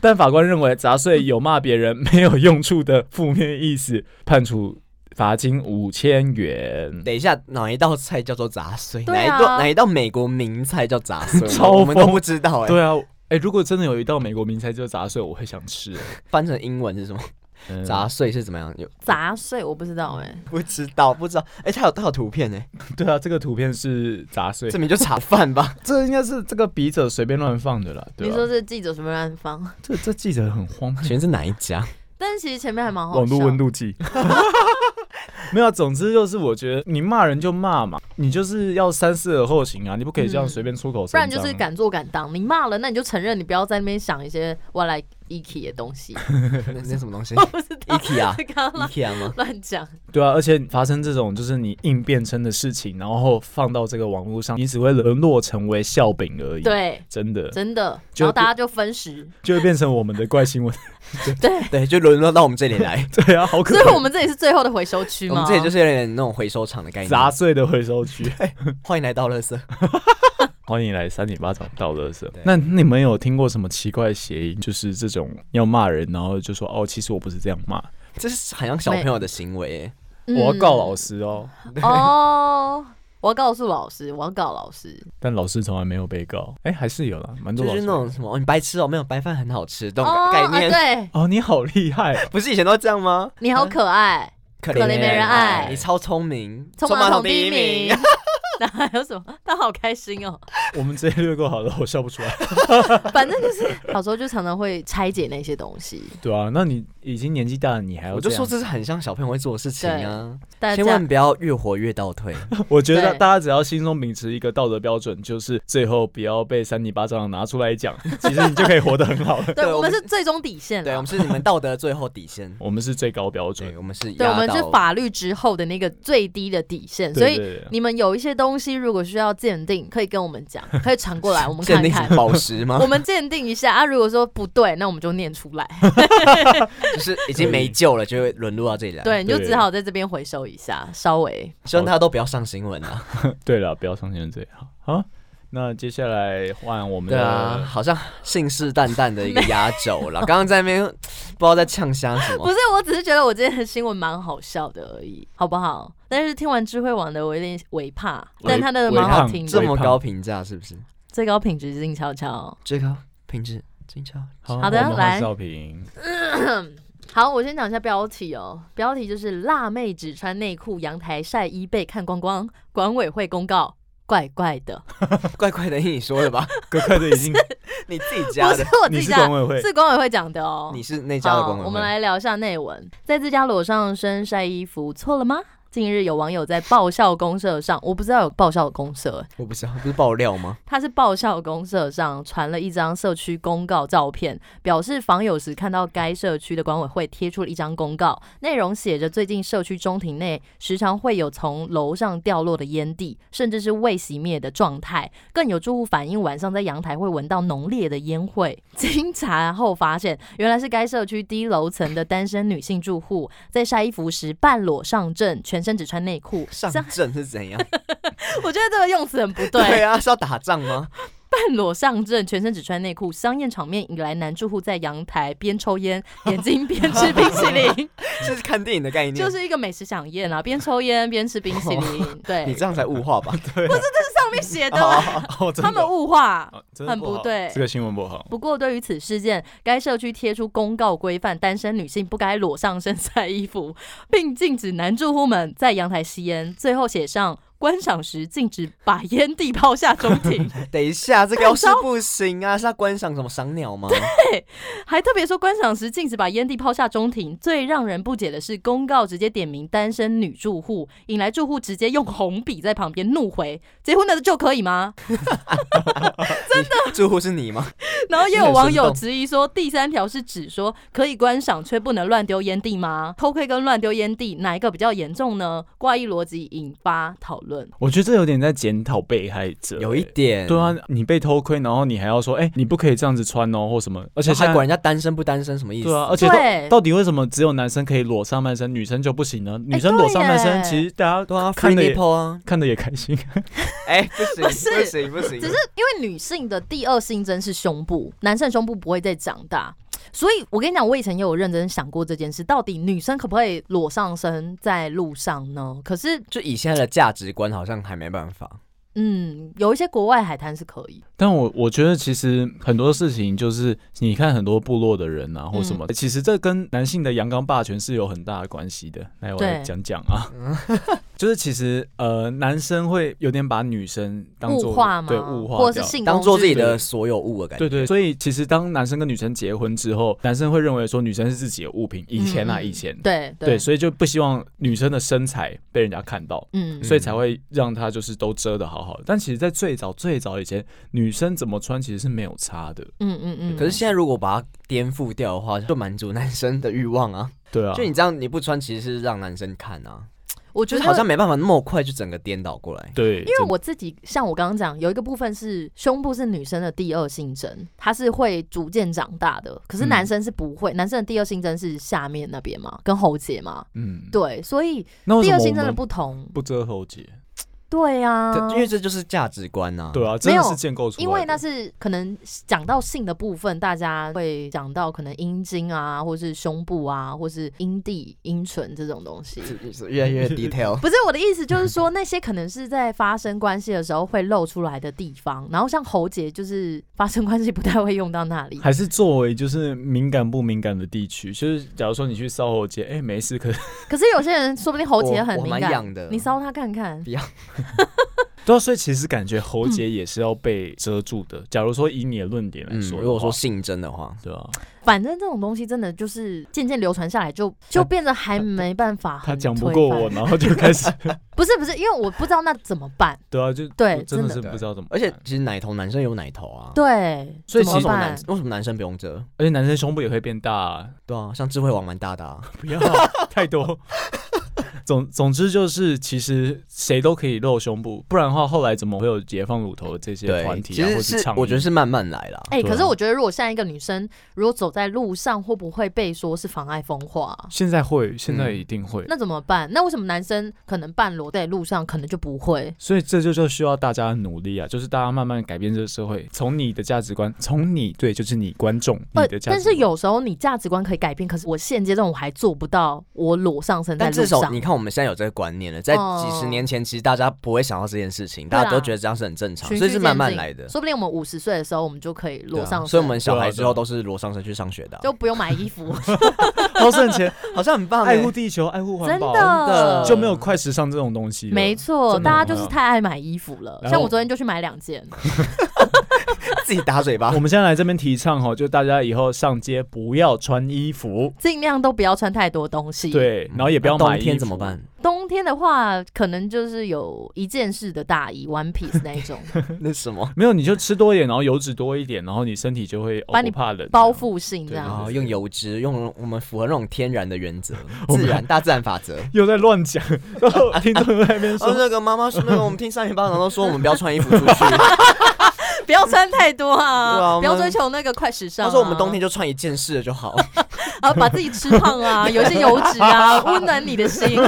Speaker 3: 但法官认为杂碎有骂别人没有用处的负面意思，判处罚金五千元。
Speaker 2: 等一下，哪一道菜叫做杂碎？
Speaker 1: 对
Speaker 2: 哪
Speaker 1: 啊
Speaker 2: 一道哪一道美国名菜叫杂碎？
Speaker 3: 超
Speaker 2: 我们都
Speaker 3: 疯
Speaker 2: 不知道哎。
Speaker 3: 对啊，哎、如果真的有一道美国名菜就是杂碎，我会想 吃、
Speaker 2: 翻成英文是什么？
Speaker 1: 啊
Speaker 3: 嗯
Speaker 2: 杂碎是怎么样？有
Speaker 1: 杂碎，我不知道哎。
Speaker 2: 不知道，不知道。哎，它有它有图片哎，
Speaker 3: 对啊，这个图片是杂碎
Speaker 2: 这，名就茶 饭吧。
Speaker 3: 这应该是这个笔者随便乱放的啦，对啊
Speaker 1: 你
Speaker 3: 吧、
Speaker 1: 说是记者什么乱放？
Speaker 3: 这这记者很荒谬，
Speaker 2: 全是哪一家？
Speaker 1: 但其实前面还 蛮好笑。
Speaker 3: 网络温度 计。没有啊，总之就是我觉得你骂人就骂嘛，你就是要三思而后行啊，你不可以这样
Speaker 1: 嗯
Speaker 3: 随便出口成
Speaker 1: 不
Speaker 3: 章啊、
Speaker 1: 然就是敢做敢当。你骂了，那你就承认，你不要在那边想一些外来 IKE 的东 西。
Speaker 2: 那那什么东西
Speaker 1: 我不知道，
Speaker 2: ？IKEA。
Speaker 1: 刚刚
Speaker 2: IKEA 吗？
Speaker 1: 乱 讲。
Speaker 3: 对啊，而且发生这种就是你硬辩称的事情，然后放到这个网络上，你只会沦落成为笑柄而已。，
Speaker 1: 对，
Speaker 3: 真的
Speaker 1: 真的。
Speaker 3: 就
Speaker 1: 然后大家就分 食。
Speaker 3: 就会变成我们的怪新闻。
Speaker 1: 对，
Speaker 2: 对，就沦落到我们这里来。
Speaker 3: 对啊，好可
Speaker 1: 所
Speaker 3: 怕。
Speaker 1: 以我们这 里是最后的回收区
Speaker 2: 我
Speaker 1: 吗？
Speaker 2: 们这里就是有点那种回收厂的概念。
Speaker 3: 杂碎的回收 区。
Speaker 2: 欢迎来到乐色。
Speaker 3: 欢迎来三里八掌倒垃圾
Speaker 2: 对。
Speaker 3: 那你们有听过什么奇怪的谐音？就是这种要骂人，然后就说哦，其实我不是这样骂，
Speaker 2: 这是好像小朋友的行为耶，
Speaker 1: 嗯
Speaker 3: 我要告老师哦。
Speaker 1: 哦。我要告诉老师，我要告老师。
Speaker 3: 但老师从来没有被告，哎、还是有啦，蛮多
Speaker 2: 就
Speaker 3: 老
Speaker 2: 是
Speaker 3: 师
Speaker 2: 那种什么，哦你白痴哦，没有白饭很好吃，这种
Speaker 1: 哦，
Speaker 2: 概念，
Speaker 1: 啊对
Speaker 3: 哦，你好厉害哦、
Speaker 2: 不是以前都这样吗？
Speaker 1: 你好可爱，
Speaker 2: 可哦
Speaker 1: 怜没人爱
Speaker 2: 你超聪明，
Speaker 1: 冲
Speaker 2: 马
Speaker 1: 马
Speaker 2: 桶
Speaker 1: 桶
Speaker 2: 第
Speaker 1: 第
Speaker 2: 一
Speaker 1: 一
Speaker 2: 名
Speaker 1: 名。。那还有什么？他好开心哦。
Speaker 3: 我们直接略过好了，我笑不出 来。
Speaker 1: 反正就是小时候就常常会拆解那些东西，
Speaker 3: 对啊，那你已经年纪大了，你还要
Speaker 2: 我就
Speaker 3: 这
Speaker 2: 说
Speaker 3: 样
Speaker 2: 这是很像小朋友会做的事情啊，
Speaker 1: 但
Speaker 2: 千
Speaker 1: 这样
Speaker 2: 万不要越活越 倒退。
Speaker 3: 我觉得
Speaker 1: 对
Speaker 3: 大家只要心中秉持一个道德标准，就是最后不要被三尼巴掌拿出来讲，其实你就可以活得很好 了。。
Speaker 1: 对
Speaker 2: 对
Speaker 1: 我
Speaker 2: 我们
Speaker 1: 们是最终底线
Speaker 2: 对，我
Speaker 1: 了
Speaker 2: 们。是你们道德最后底线
Speaker 3: 我们是最高标准
Speaker 2: 对，，我们是
Speaker 1: 对，我们
Speaker 2: 压
Speaker 1: 是
Speaker 2: 倒
Speaker 1: 法律之后的那个最低的底线，所
Speaker 3: 对
Speaker 1: 以
Speaker 3: 对对
Speaker 1: 你们有一些东西如果需要鉴定，可以跟我们 讲，可以传过来，我们
Speaker 2: 鉴
Speaker 1: 看
Speaker 2: 定
Speaker 1: 看
Speaker 2: 什么，宝石吗
Speaker 1: 我？们鉴定一下啊。如果说不对，那我们就念出来，
Speaker 2: 就是已经没救了，就会沦落到这里来。，
Speaker 1: 对，你就
Speaker 3: 对
Speaker 1: 只好在这边回收一下，稍微
Speaker 2: 希望大家都不要上新闻啊。
Speaker 3: 对了，不要上线最好好，那接下来换我们
Speaker 2: 对
Speaker 3: 的，
Speaker 2: 啊，好像信誓旦旦的一个压 轴了。刚刚在那边不知道在呛瞎什
Speaker 1: 不
Speaker 2: 么
Speaker 1: 是，我只是觉得我今天的新闻蛮好笑的而已，好不好？但是听完智慧网的，我有点微怕，
Speaker 3: 微
Speaker 1: 但他的蛮好听
Speaker 2: 这
Speaker 1: 的
Speaker 3: 微，
Speaker 2: 么高评价，是不是？
Speaker 1: 最高品质静悄悄。
Speaker 2: 最高评质，金超。
Speaker 3: 好
Speaker 1: 好的
Speaker 3: 我们换
Speaker 1: 来
Speaker 3: 少平，
Speaker 1: 好，我先讲一下标题哦。标题就是“辣妹只穿内裤，阳台晒衣被看光光”，管委会公告，怪怪的。
Speaker 2: 怪怪的，你说的 吧？
Speaker 3: 哥哥的已 经，
Speaker 2: 你自己
Speaker 1: 不
Speaker 2: 家
Speaker 1: 是
Speaker 2: 的，
Speaker 1: 我
Speaker 3: 你
Speaker 1: 自己
Speaker 3: 是
Speaker 1: 家
Speaker 3: 管，委会，
Speaker 1: 是管委会讲的哦。
Speaker 2: 你是那家的管委
Speaker 1: 好我们
Speaker 2: 会。
Speaker 1: 来聊一下内文，在自家裸上身晒衣服错了吗？近日有网友在爆笑公社上，我不知道有爆笑公社、欸
Speaker 2: 我不知道，不是爆料吗？
Speaker 1: 他是爆笑公社上传了一张社区公告照片，表示访友时看到该社区的管委会贴出了一张公告，内容写着最近社区中庭内时常会有从楼上掉落的烟蒂，甚至是未熄灭的状态，更有住户反映晚上在阳台会闻到浓烈的烟味。 经查后发现，原来是该社区低楼层的单身女性住户在晒衣服时半裸上阵，全身只穿内裤。
Speaker 2: 上
Speaker 1: 像
Speaker 2: 阵是怎样？
Speaker 1: 我觉得这个用词很不对。
Speaker 2: 啊，是要打仗 吗？
Speaker 1: 半 裸上阵，全身只穿内裤，香艳场面引来男住户在阳台边抽 烟，眼睛边吃冰淇淋，
Speaker 2: 这是看电影的概念。
Speaker 1: 就是一个美食飨宴啊，边抽烟边吃冰淇淋。 对，
Speaker 2: 你这样才物化 吧？
Speaker 1: 上面写的，
Speaker 3: 哦，真的
Speaker 1: 他们物化。
Speaker 3: 啊真的
Speaker 1: 很不
Speaker 3: 好
Speaker 1: 对
Speaker 3: 这个新闻不好。
Speaker 1: 不过，对于此事件，该社区贴出公告规范单身女性不该裸上身晒衣服， 并禁止男住户们在阳台吸烟。最后写上观赏时禁止把烟蒂抛下中庭。
Speaker 2: 等一下，这个要是不行啊，是要观赏什么赏鸟 吗？
Speaker 1: 还特别说观赏时禁止把烟蒂抛下中庭。最让人不解的是，公告直接点名单身女住户，引来住户直接用红笔在旁边怒回：“结婚了就可以吗
Speaker 2: 住户是你吗？？”
Speaker 1: 然后也有网友质疑说，第三条是指说可以观赏却不能乱丢烟蒂吗？偷窥跟乱丢烟蒂哪一个比较严重呢？怪异逻辑引发讨论。
Speaker 3: 我觉得这有点在检讨被害者，
Speaker 2: 有一点。
Speaker 3: 对啊，，你被偷窥，然后你还要说，哎、你不可以这样子穿哦，或什么，而且现
Speaker 2: 还
Speaker 3: 在
Speaker 2: 管人家单身不单身什么意思？
Speaker 3: 对啊，而且到
Speaker 1: 对，
Speaker 3: 到底为什么只有男生可以裸上半身，女生就不行呢？女生
Speaker 1: 哎对
Speaker 3: 裸上半身，
Speaker 1: 耶
Speaker 3: 其实大家
Speaker 2: 对啊
Speaker 3: 看
Speaker 2: ，free
Speaker 3: 的也
Speaker 2: nipple 啊，
Speaker 3: 看的也开心，
Speaker 2: 哎，不行，
Speaker 1: 不是
Speaker 2: 不行，不行，
Speaker 1: 只是因为女性的第二性征是胸部，男生的胸部不会再长大。所以，我跟你讲，我以前也有认真想过这件事，到底女生可不可以裸上身在路上呢？可是，
Speaker 2: 就以现在的价值观，好像还没办法。
Speaker 1: 嗯，有一些国外海滩是可以，
Speaker 3: 但我我觉得其实很多事情就是，你看很多部落的人啊，
Speaker 1: 嗯
Speaker 3: 或什么，其实这跟男性的阳刚霸权是有很大的关系的。来，我来
Speaker 1: 对嗯
Speaker 3: 讲讲啊， 就是其实呃，男生会有点把女生当做
Speaker 1: 物化吗？
Speaker 3: 对物化，
Speaker 1: 或者是。性
Speaker 2: 当做自己的
Speaker 3: 对
Speaker 2: 所有物的感觉。
Speaker 3: 对对，所以其实当男生跟女生结婚之后，男生会认为说女生是自己的物品。以前啊，
Speaker 1: 嗯
Speaker 3: 以前，
Speaker 1: 对
Speaker 3: 对，所以就不希望女生的身材被人家看到。
Speaker 1: 嗯，
Speaker 3: 所以才会让她就是都遮的好好的，但其实，在最早最早以前，女生怎么穿其实是没有差的。
Speaker 1: 嗯嗯嗯。
Speaker 2: 可是现在如果把它颠覆掉的话，就满足男生的欲望啊。
Speaker 3: 对啊
Speaker 2: 就你这样，你不穿其实是让男生看啊，
Speaker 1: 我觉
Speaker 2: 就是
Speaker 1: 得
Speaker 2: 好像没办法那么快就整个颠倒过来。
Speaker 3: 对，
Speaker 1: 因为我自己像我刚刚讲，有一个部分是胸部是女生的第二性征，它是会逐渐长大的，可是
Speaker 3: 嗯
Speaker 1: 男生是不会，男生的第二性征是下面那边嘛，跟喉结嘛，
Speaker 3: 嗯，
Speaker 1: 对，所以
Speaker 3: 那为
Speaker 1: 第
Speaker 3: 什
Speaker 1: 二
Speaker 3: 么我
Speaker 1: 性征的
Speaker 3: 们
Speaker 1: 不同，
Speaker 3: 不遮喉结？
Speaker 1: 对呀、
Speaker 2: 对因为这就是价值观呐、
Speaker 3: 对啊，真的
Speaker 1: 没
Speaker 3: 是
Speaker 1: 有
Speaker 3: 建构出来的。
Speaker 1: 因为那是可能讲到性的部分，大家会讲到可能阴茎啊，或是胸部啊，或是阴蒂、阴唇这种东西。
Speaker 2: 是是越来 越 detail。
Speaker 1: 不是我的意思，就是说那些可能是在发生关系的时候会露出来的地方，然后像喉结就是发生关系不太会用到那里。
Speaker 3: 还是作为就是敏感不敏感的地区，就是假如说你去烧火节，哎、没事，可是
Speaker 1: 可是有些人说不定喉结
Speaker 2: 我
Speaker 1: 很
Speaker 2: 我
Speaker 1: 敏
Speaker 2: 蛮
Speaker 1: 感，
Speaker 2: 痒的，
Speaker 1: 你搔他看看。
Speaker 3: 对啊，所以其实感觉喉结
Speaker 1: 嗯
Speaker 3: 也是要被遮住的。假如说以你的论点来
Speaker 2: 嗯，
Speaker 3: 说的话、
Speaker 2: 如果说性征的话，
Speaker 3: 对啊，
Speaker 1: 反正这种东西真的就是渐渐流传下来就， 就变得还没办法
Speaker 3: 他
Speaker 1: 很
Speaker 3: 讲不
Speaker 1: 啊推
Speaker 3: 过
Speaker 1: 翻
Speaker 3: 我，。然后就开 始，
Speaker 1: 不是不是，因为我不知道那怎么办。
Speaker 3: 对啊，就
Speaker 1: 对
Speaker 3: 就真
Speaker 1: 真
Speaker 3: 的是
Speaker 2: 的
Speaker 3: 不知道怎么
Speaker 2: 而
Speaker 3: 办，
Speaker 2: 且其实奶头男生也有奶头啊，，
Speaker 1: 对，
Speaker 3: 所以
Speaker 1: 怎么
Speaker 2: 为什嗯么男
Speaker 1: 办？
Speaker 2: 为什么男生不用遮？
Speaker 3: 而且男生胸部也会变大、啊，
Speaker 2: 对啊，像智慧王蛮大的啊，
Speaker 3: 不要太 多。总总之就是，其实谁都可以露胸部，不然的话，后来怎么会有解放乳头的这些团
Speaker 2: 对，
Speaker 3: 体
Speaker 2: 其
Speaker 3: 啊，或
Speaker 2: 实
Speaker 3: 者
Speaker 2: 是
Speaker 3: 倡议？
Speaker 2: 我觉得是慢慢来啦。
Speaker 1: 哎、
Speaker 3: 对啊
Speaker 1: 可是我觉得，如果像一个女生，如果走在路上，会不会被说是妨碍风化？
Speaker 3: 现在会，现
Speaker 2: 嗯
Speaker 3: 在一定会。
Speaker 1: 那怎么办？那为什么男生可能半裸在路上，可能就不会？
Speaker 3: 所以这就就需要大家的努力啊，就是大家慢慢改变这个社会，从你的价值观，从你对，就是你观众你的价值
Speaker 1: 呃
Speaker 3: 观。
Speaker 1: 但是有时候你价值观可以改变，可是我现阶段我还做不到，我裸上身在
Speaker 2: 但
Speaker 1: 路
Speaker 2: 至少
Speaker 1: 上
Speaker 2: 你。看，我们现在有这个观念了，在
Speaker 1: 哦
Speaker 2: 几十年前，其实大家不会想到这件事情，
Speaker 1: 对
Speaker 2: 大
Speaker 1: 啦
Speaker 2: 家都觉得这样是很正常，
Speaker 1: 循序
Speaker 2: 所以是慢慢
Speaker 1: 渐进
Speaker 2: 来的。
Speaker 1: 说不定我们五十岁的时候，我们就可以裸
Speaker 2: 对啊
Speaker 1: 上身，
Speaker 2: 所以我们小
Speaker 3: 对啊
Speaker 2: 孩
Speaker 3: 对
Speaker 2: 之
Speaker 3: 啊
Speaker 2: 后都是裸上身去上学的啊，
Speaker 1: 就不用买衣 服，
Speaker 3: 都省钱，
Speaker 2: 好像很棒欸
Speaker 3: 爱护地球，爱护环
Speaker 1: 真
Speaker 3: 保，
Speaker 1: 的
Speaker 3: 就没有快时尚这种东西了。
Speaker 1: 没错，
Speaker 3: 真的
Speaker 1: 大家就是太爱买衣服了。
Speaker 3: 然后
Speaker 1: 像我昨天就去买两件，
Speaker 2: 自己打嘴巴
Speaker 3: 我。们现在来这边提倡哈，就大家以后上街不要穿衣服，
Speaker 1: 尽量都不要穿太多东西。，
Speaker 3: 对，然后也不要
Speaker 2: 嗯那
Speaker 3: 买衣
Speaker 2: 冬
Speaker 3: 服。
Speaker 2: 天怎 么办？？
Speaker 1: 冬天的话，可能就是有一件式的大衣，one piece 那一种，
Speaker 2: 那什
Speaker 1: 啊
Speaker 2: 么
Speaker 3: 没有，你就吃多一点，然后油脂多一点，然后你身体就会哦
Speaker 1: 把你
Speaker 3: 不怕冷
Speaker 1: 包。覆性这
Speaker 3: 对
Speaker 1: 样
Speaker 2: 啊，
Speaker 1: 子。
Speaker 2: 用油脂，用我们符合那种天然的原则，
Speaker 3: 我们
Speaker 2: 自然大自然法则。
Speaker 3: 又在 乱讲，然后听众在那边
Speaker 2: 哦，
Speaker 3: 说，
Speaker 2: 那个妈妈说，那个我们听上一班长都说我们不要穿衣服 出去，
Speaker 1: 不要穿太多啊，
Speaker 2: 对啊我们
Speaker 1: 不要追求那个快时尚、啊。
Speaker 2: 他说我们冬天就穿一件式的就好，
Speaker 1: 啊，把自己吃胖 啊，有一些油脂啊，温暖你的心。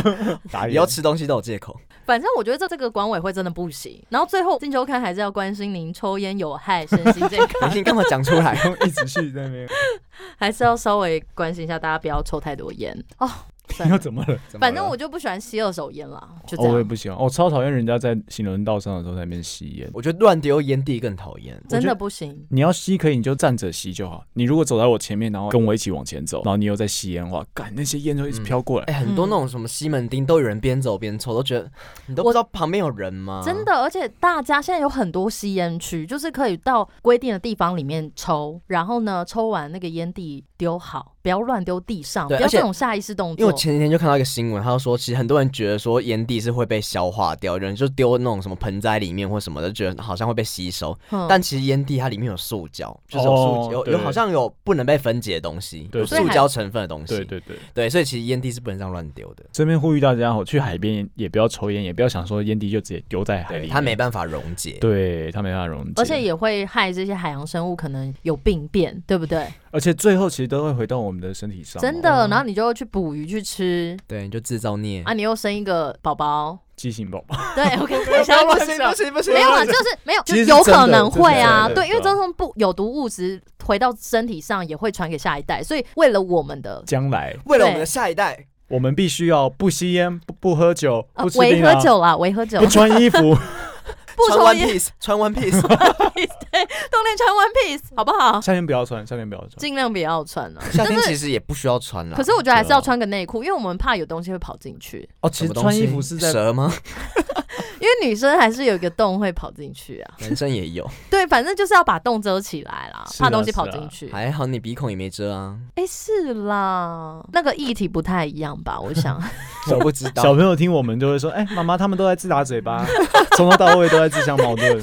Speaker 3: 打
Speaker 2: 不
Speaker 3: 野
Speaker 2: 要吃东西都有借口。
Speaker 1: 反正我觉得这这个管委会真的不行。然后最后，金秋看还是要关心您抽烟有害身心健康，
Speaker 2: 你干嘛讲出来？
Speaker 3: 一直去在那边，
Speaker 1: 还是要稍微关心一下大家不要抽太多烟哦。算
Speaker 3: 你又
Speaker 1: 了
Speaker 3: 怎么了？
Speaker 2: 怎么了
Speaker 1: 反正我就不喜欢吸二手烟啦，就这
Speaker 3: 哦，我也
Speaker 1: 样，
Speaker 3: 不喜欢，我、超讨厌人家在行人道上的时候在那边吸烟。
Speaker 2: 我觉得乱丢烟蒂更讨厌。
Speaker 1: 真的不行。
Speaker 3: 你要吸可以，你就站着吸就好。你如果走在我前面，然后跟我一起往前走，然后你又在吸烟的话，干那些烟就一直飘过来。
Speaker 2: 哎、很
Speaker 1: 嗯
Speaker 2: 多那种什么西门町都有人边走边抽，都觉得你都不知道旁边有人吗？
Speaker 1: 真，的，而且大家现在有很多吸烟区，就是可以到规定的地方里面抽，然后呢，抽完那个烟蒂丢好，不要乱丢地上，不
Speaker 2: 对
Speaker 1: 要
Speaker 2: 而且
Speaker 1: 这种下意识动
Speaker 2: 因为
Speaker 1: 作
Speaker 2: 我。前几天就看到一个新闻，他就说其实很多人觉得说烟蒂是会被消化掉，有人就丢那种什么盆栽里面或什么的，就觉得好像会被吸收，
Speaker 1: 嗯
Speaker 2: 但其实烟蒂它里面有塑胶，就是有塑
Speaker 3: 哦
Speaker 2: 有
Speaker 3: 对
Speaker 2: 有好像有不能被分解的东西，
Speaker 3: 对
Speaker 2: 有
Speaker 3: 所以
Speaker 2: 塑
Speaker 1: 还
Speaker 2: 胶成分的
Speaker 1: 哎
Speaker 2: 东西，
Speaker 3: 对对对，
Speaker 2: 对所以其实烟蒂是不能这样乱丢的。
Speaker 3: 这边呼吁大家哦，去海边也不要抽烟，也不要想说烟蒂就直接丢在海里面，
Speaker 2: 它没办法溶解。
Speaker 3: 对它没办法溶解，
Speaker 1: 而且也会害这些海洋生物可能有病变，对不对？
Speaker 3: 而且最后其实都会回到我们的身体上哦，
Speaker 1: 真的，然后你就去捕鱼去吃
Speaker 3: 嗯
Speaker 2: 对，你就制造孽。
Speaker 1: 啊，你又生一个宝宝，
Speaker 3: 畸形宝宝。
Speaker 1: 对我跟你讲，
Speaker 2: 哎不行不行不行
Speaker 1: 没有啊，就是没有，就
Speaker 3: 其实是
Speaker 1: 有
Speaker 3: 真的
Speaker 1: 可能会啊，
Speaker 3: 这是真的
Speaker 1: 对，因为
Speaker 3: 对啊
Speaker 1: 这种不有毒物质回到身体上也会传给下一代，所以为了我们的
Speaker 3: 将来
Speaker 2: 为了我们的下一代，
Speaker 3: 我们必须要不吸烟、不不喝酒、
Speaker 1: 啊
Speaker 3: 不吃槟
Speaker 1: 维和
Speaker 3: 榔、
Speaker 1: 酒啦，维和酒
Speaker 3: 不啊穿衣服，
Speaker 1: 不
Speaker 2: 穿
Speaker 1: 抽
Speaker 2: One
Speaker 1: 烟，
Speaker 2: Piece，穿 One Piece，
Speaker 1: 冬天穿 One Piece 好不好？
Speaker 3: 夏天不要穿，夏天不要穿。
Speaker 1: 尽量不要穿 了。
Speaker 2: 夏天其实也不需要穿了。
Speaker 1: 可是我觉得还是
Speaker 3: 啊
Speaker 1: 要穿个内裤，因为我们怕有东西会跑进去，
Speaker 3: 哦，
Speaker 2: 什
Speaker 3: 其
Speaker 2: 么
Speaker 3: 实
Speaker 2: 东
Speaker 3: 穿
Speaker 2: 西啊
Speaker 3: 衣服是在
Speaker 2: 蛇 吗？
Speaker 1: 因为女生还是有一个洞会跑进去啊。
Speaker 2: 男生也有，
Speaker 1: 对，反正就是要把洞遮起来啦，
Speaker 3: 是啊
Speaker 1: 怕东西跑进去。
Speaker 2: 还好你鼻孔也没遮啊。
Speaker 1: 哎，是啦，那个议题不太一样吧？我 想，
Speaker 2: 我不知
Speaker 3: 小
Speaker 2: 道，
Speaker 3: 朋友听我们就会说：“哎、妈妈，他们都在自打嘴 巴，从头到尾都在自相矛盾。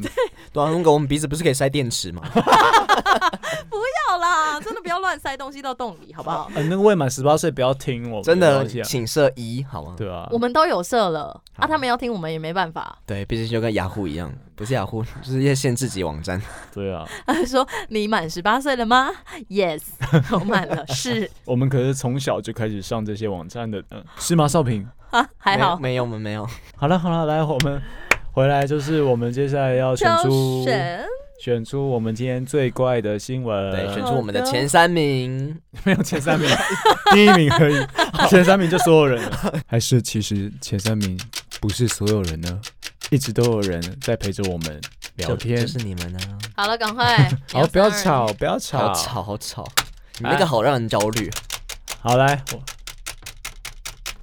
Speaker 2: 对啊，那个我们鼻子不是可以塞电池吗？
Speaker 1: 好啦，真的不要乱塞东西到洞里，好不好？
Speaker 3: 呃”那个未满十八岁不要听我们
Speaker 2: 真的
Speaker 3: 东西，啊
Speaker 2: 请设一好吗？
Speaker 3: 对啊
Speaker 1: 我，们都有色了
Speaker 2: 好
Speaker 1: 啊，他们要听我们也没办法。
Speaker 2: 对，毕竟就跟雅虎一样，不是雅虎， 就是一些限制级网站。
Speaker 3: 对啊，
Speaker 1: 他就说：“你满十八岁了吗？”Yes，我 满了，是
Speaker 3: 我们可是从小就开始上这些网站的，嗯、是吗？少平，
Speaker 1: 啊，还好。
Speaker 2: 没有，没有我们没有。
Speaker 3: 好了好了，来我们回来就是我们接下来要选出
Speaker 1: 选
Speaker 3: 选出我们今天最怪的新闻，
Speaker 2: 对，选
Speaker 1: 好
Speaker 2: 出我们的
Speaker 1: 的
Speaker 2: 前三名。
Speaker 3: 没有前三名， 第一名而已，前三名就所有人了，还是其实前三名不是所有人呢？一直都有人在陪着我们聊
Speaker 2: 就
Speaker 3: 天
Speaker 2: 就。是你们呢、啊
Speaker 1: 好了，赶快，
Speaker 3: 好，不要吵，不要
Speaker 2: 好
Speaker 3: 吵，
Speaker 2: 吵好吵，
Speaker 3: 哎
Speaker 2: 你那个好让人焦虑。
Speaker 3: 好来，我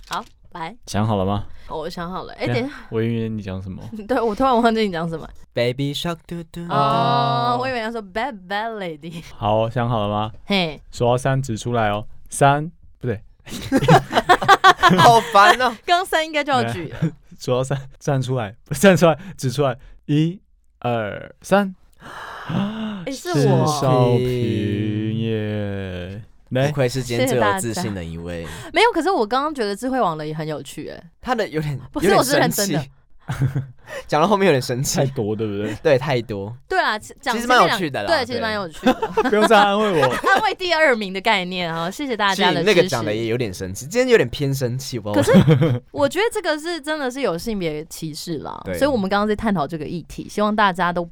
Speaker 1: 好，来，
Speaker 3: 想好了吗？
Speaker 1: 我想好了，哎，
Speaker 3: 等
Speaker 1: 等
Speaker 3: 一
Speaker 1: 一下，
Speaker 3: 我以为你讲什么？
Speaker 1: 对我突然忘记你讲什么
Speaker 2: Baby Shark 嘟嘟，
Speaker 1: 哦，我以为要说 bad bad lady，
Speaker 3: 好，想好了吗？
Speaker 1: 嘿，
Speaker 3: 数到三指出来哦，三不对，
Speaker 2: 好烦哦。
Speaker 1: 刚三应该就要举了，
Speaker 3: 数到三站出来， 不是站出来，指出来，一、二、三，
Speaker 1: 哎，是
Speaker 3: 是
Speaker 1: 我，
Speaker 3: 少平耶。
Speaker 2: 不
Speaker 3: 来，
Speaker 2: 愧是今天
Speaker 1: 谢谢
Speaker 2: 最有
Speaker 1: 大
Speaker 2: 自
Speaker 1: 家
Speaker 2: 信的一位，
Speaker 1: 没有，可是我刚刚觉得智慧网了也很有趣，哎，
Speaker 2: 他的有点
Speaker 1: 不
Speaker 2: 有
Speaker 1: 是
Speaker 2: 点
Speaker 1: 我是认
Speaker 2: 生
Speaker 1: 真的
Speaker 2: 气，讲到后面有点生
Speaker 3: 太
Speaker 2: 气，
Speaker 3: 多对不对？
Speaker 2: 对，太多。
Speaker 1: 对啊，其讲
Speaker 2: 其实
Speaker 1: 前
Speaker 2: 蛮
Speaker 1: 面
Speaker 2: 有
Speaker 1: 两
Speaker 2: 趣的啦
Speaker 1: 对，其实
Speaker 2: 对
Speaker 1: 蛮有趣的，
Speaker 3: 不用再安慰我。
Speaker 1: 安慰第二名的概念啊， 谢谢大
Speaker 2: 其
Speaker 1: 家
Speaker 2: 实
Speaker 1: 的
Speaker 2: 你那个
Speaker 1: 支持
Speaker 2: 讲的也有点生气，今天有点偏生气，我不
Speaker 1: 可
Speaker 2: 知
Speaker 1: 是
Speaker 2: 道为什么。
Speaker 1: 我觉得这个是真的是有性别歧视啦
Speaker 2: 对，
Speaker 1: 所以我们刚刚在探讨这个议题，希望大家都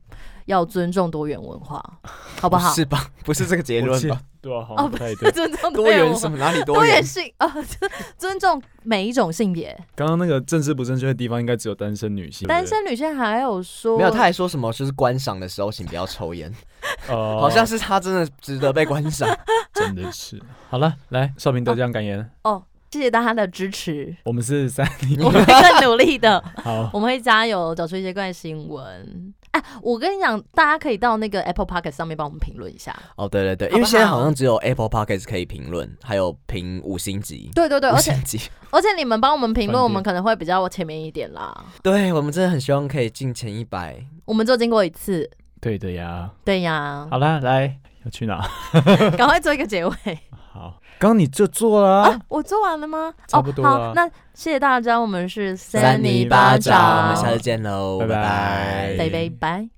Speaker 1: 要尊重多元文化， 好不好？
Speaker 2: 是吧？不是这个结论
Speaker 3: 我记
Speaker 2: 吧？
Speaker 3: 对啊，好像
Speaker 1: 哦
Speaker 3: 不太对。
Speaker 1: 尊重
Speaker 2: 多
Speaker 1: 元
Speaker 2: 元
Speaker 1: 文
Speaker 2: 什
Speaker 1: 化，
Speaker 2: 么？哪里
Speaker 1: 多
Speaker 2: 多
Speaker 1: 元
Speaker 2: 元？
Speaker 1: 性啊，尊 尊重每一种性别。
Speaker 3: 刚刚那个政治不正确的地方，应该只有单身女性。
Speaker 1: 单身女性还有说，
Speaker 2: 没有，他还说什么就是观赏的时候请不要抽烟，
Speaker 3: 对不对，哦
Speaker 2: 好像是他真的值得被观 赏。
Speaker 3: 真的是。好了，来，少平得奖感言，
Speaker 1: 哦，谢谢大家的支 持，
Speaker 3: 我们是三零
Speaker 1: 我们会更努力的。
Speaker 3: 好，
Speaker 1: 我们会加油，找出一些怪新闻。哎、我跟你讲，大家可以到那个 Apple Podcast 上面帮我们评论一下。
Speaker 2: 哦，对对对，
Speaker 1: 好不
Speaker 2: 因为现在好
Speaker 1: 好
Speaker 2: 像只有 Apple Podcast 可以评论，还有评五星级。
Speaker 1: 对对对，
Speaker 2: 五
Speaker 1: 而且
Speaker 2: 星级，
Speaker 1: 而且你们帮我们评
Speaker 3: 反
Speaker 1: 论，
Speaker 3: 正
Speaker 1: 我们可能会比较前面一点啦。
Speaker 2: 对我们真的很希望可以进前一百。
Speaker 1: 我们就经过一次，
Speaker 3: 对的呀。
Speaker 1: 对呀，
Speaker 3: 好啦，来，要去哪？
Speaker 1: 赶快做一个结尾。
Speaker 3: 好，刚刚你就做了啊、
Speaker 1: 啊， 我做完了吗？
Speaker 3: 差不多
Speaker 1: 哦、
Speaker 3: 啊
Speaker 1: 好，那谢谢大家，我们是
Speaker 3: 三
Speaker 1: 泥
Speaker 3: 泥巴
Speaker 1: 巴
Speaker 3: 掌
Speaker 2: 我们
Speaker 1: 掌
Speaker 2: 下次，见喽，
Speaker 3: 拜拜
Speaker 2: 拜拜，
Speaker 1: 拜拜拜。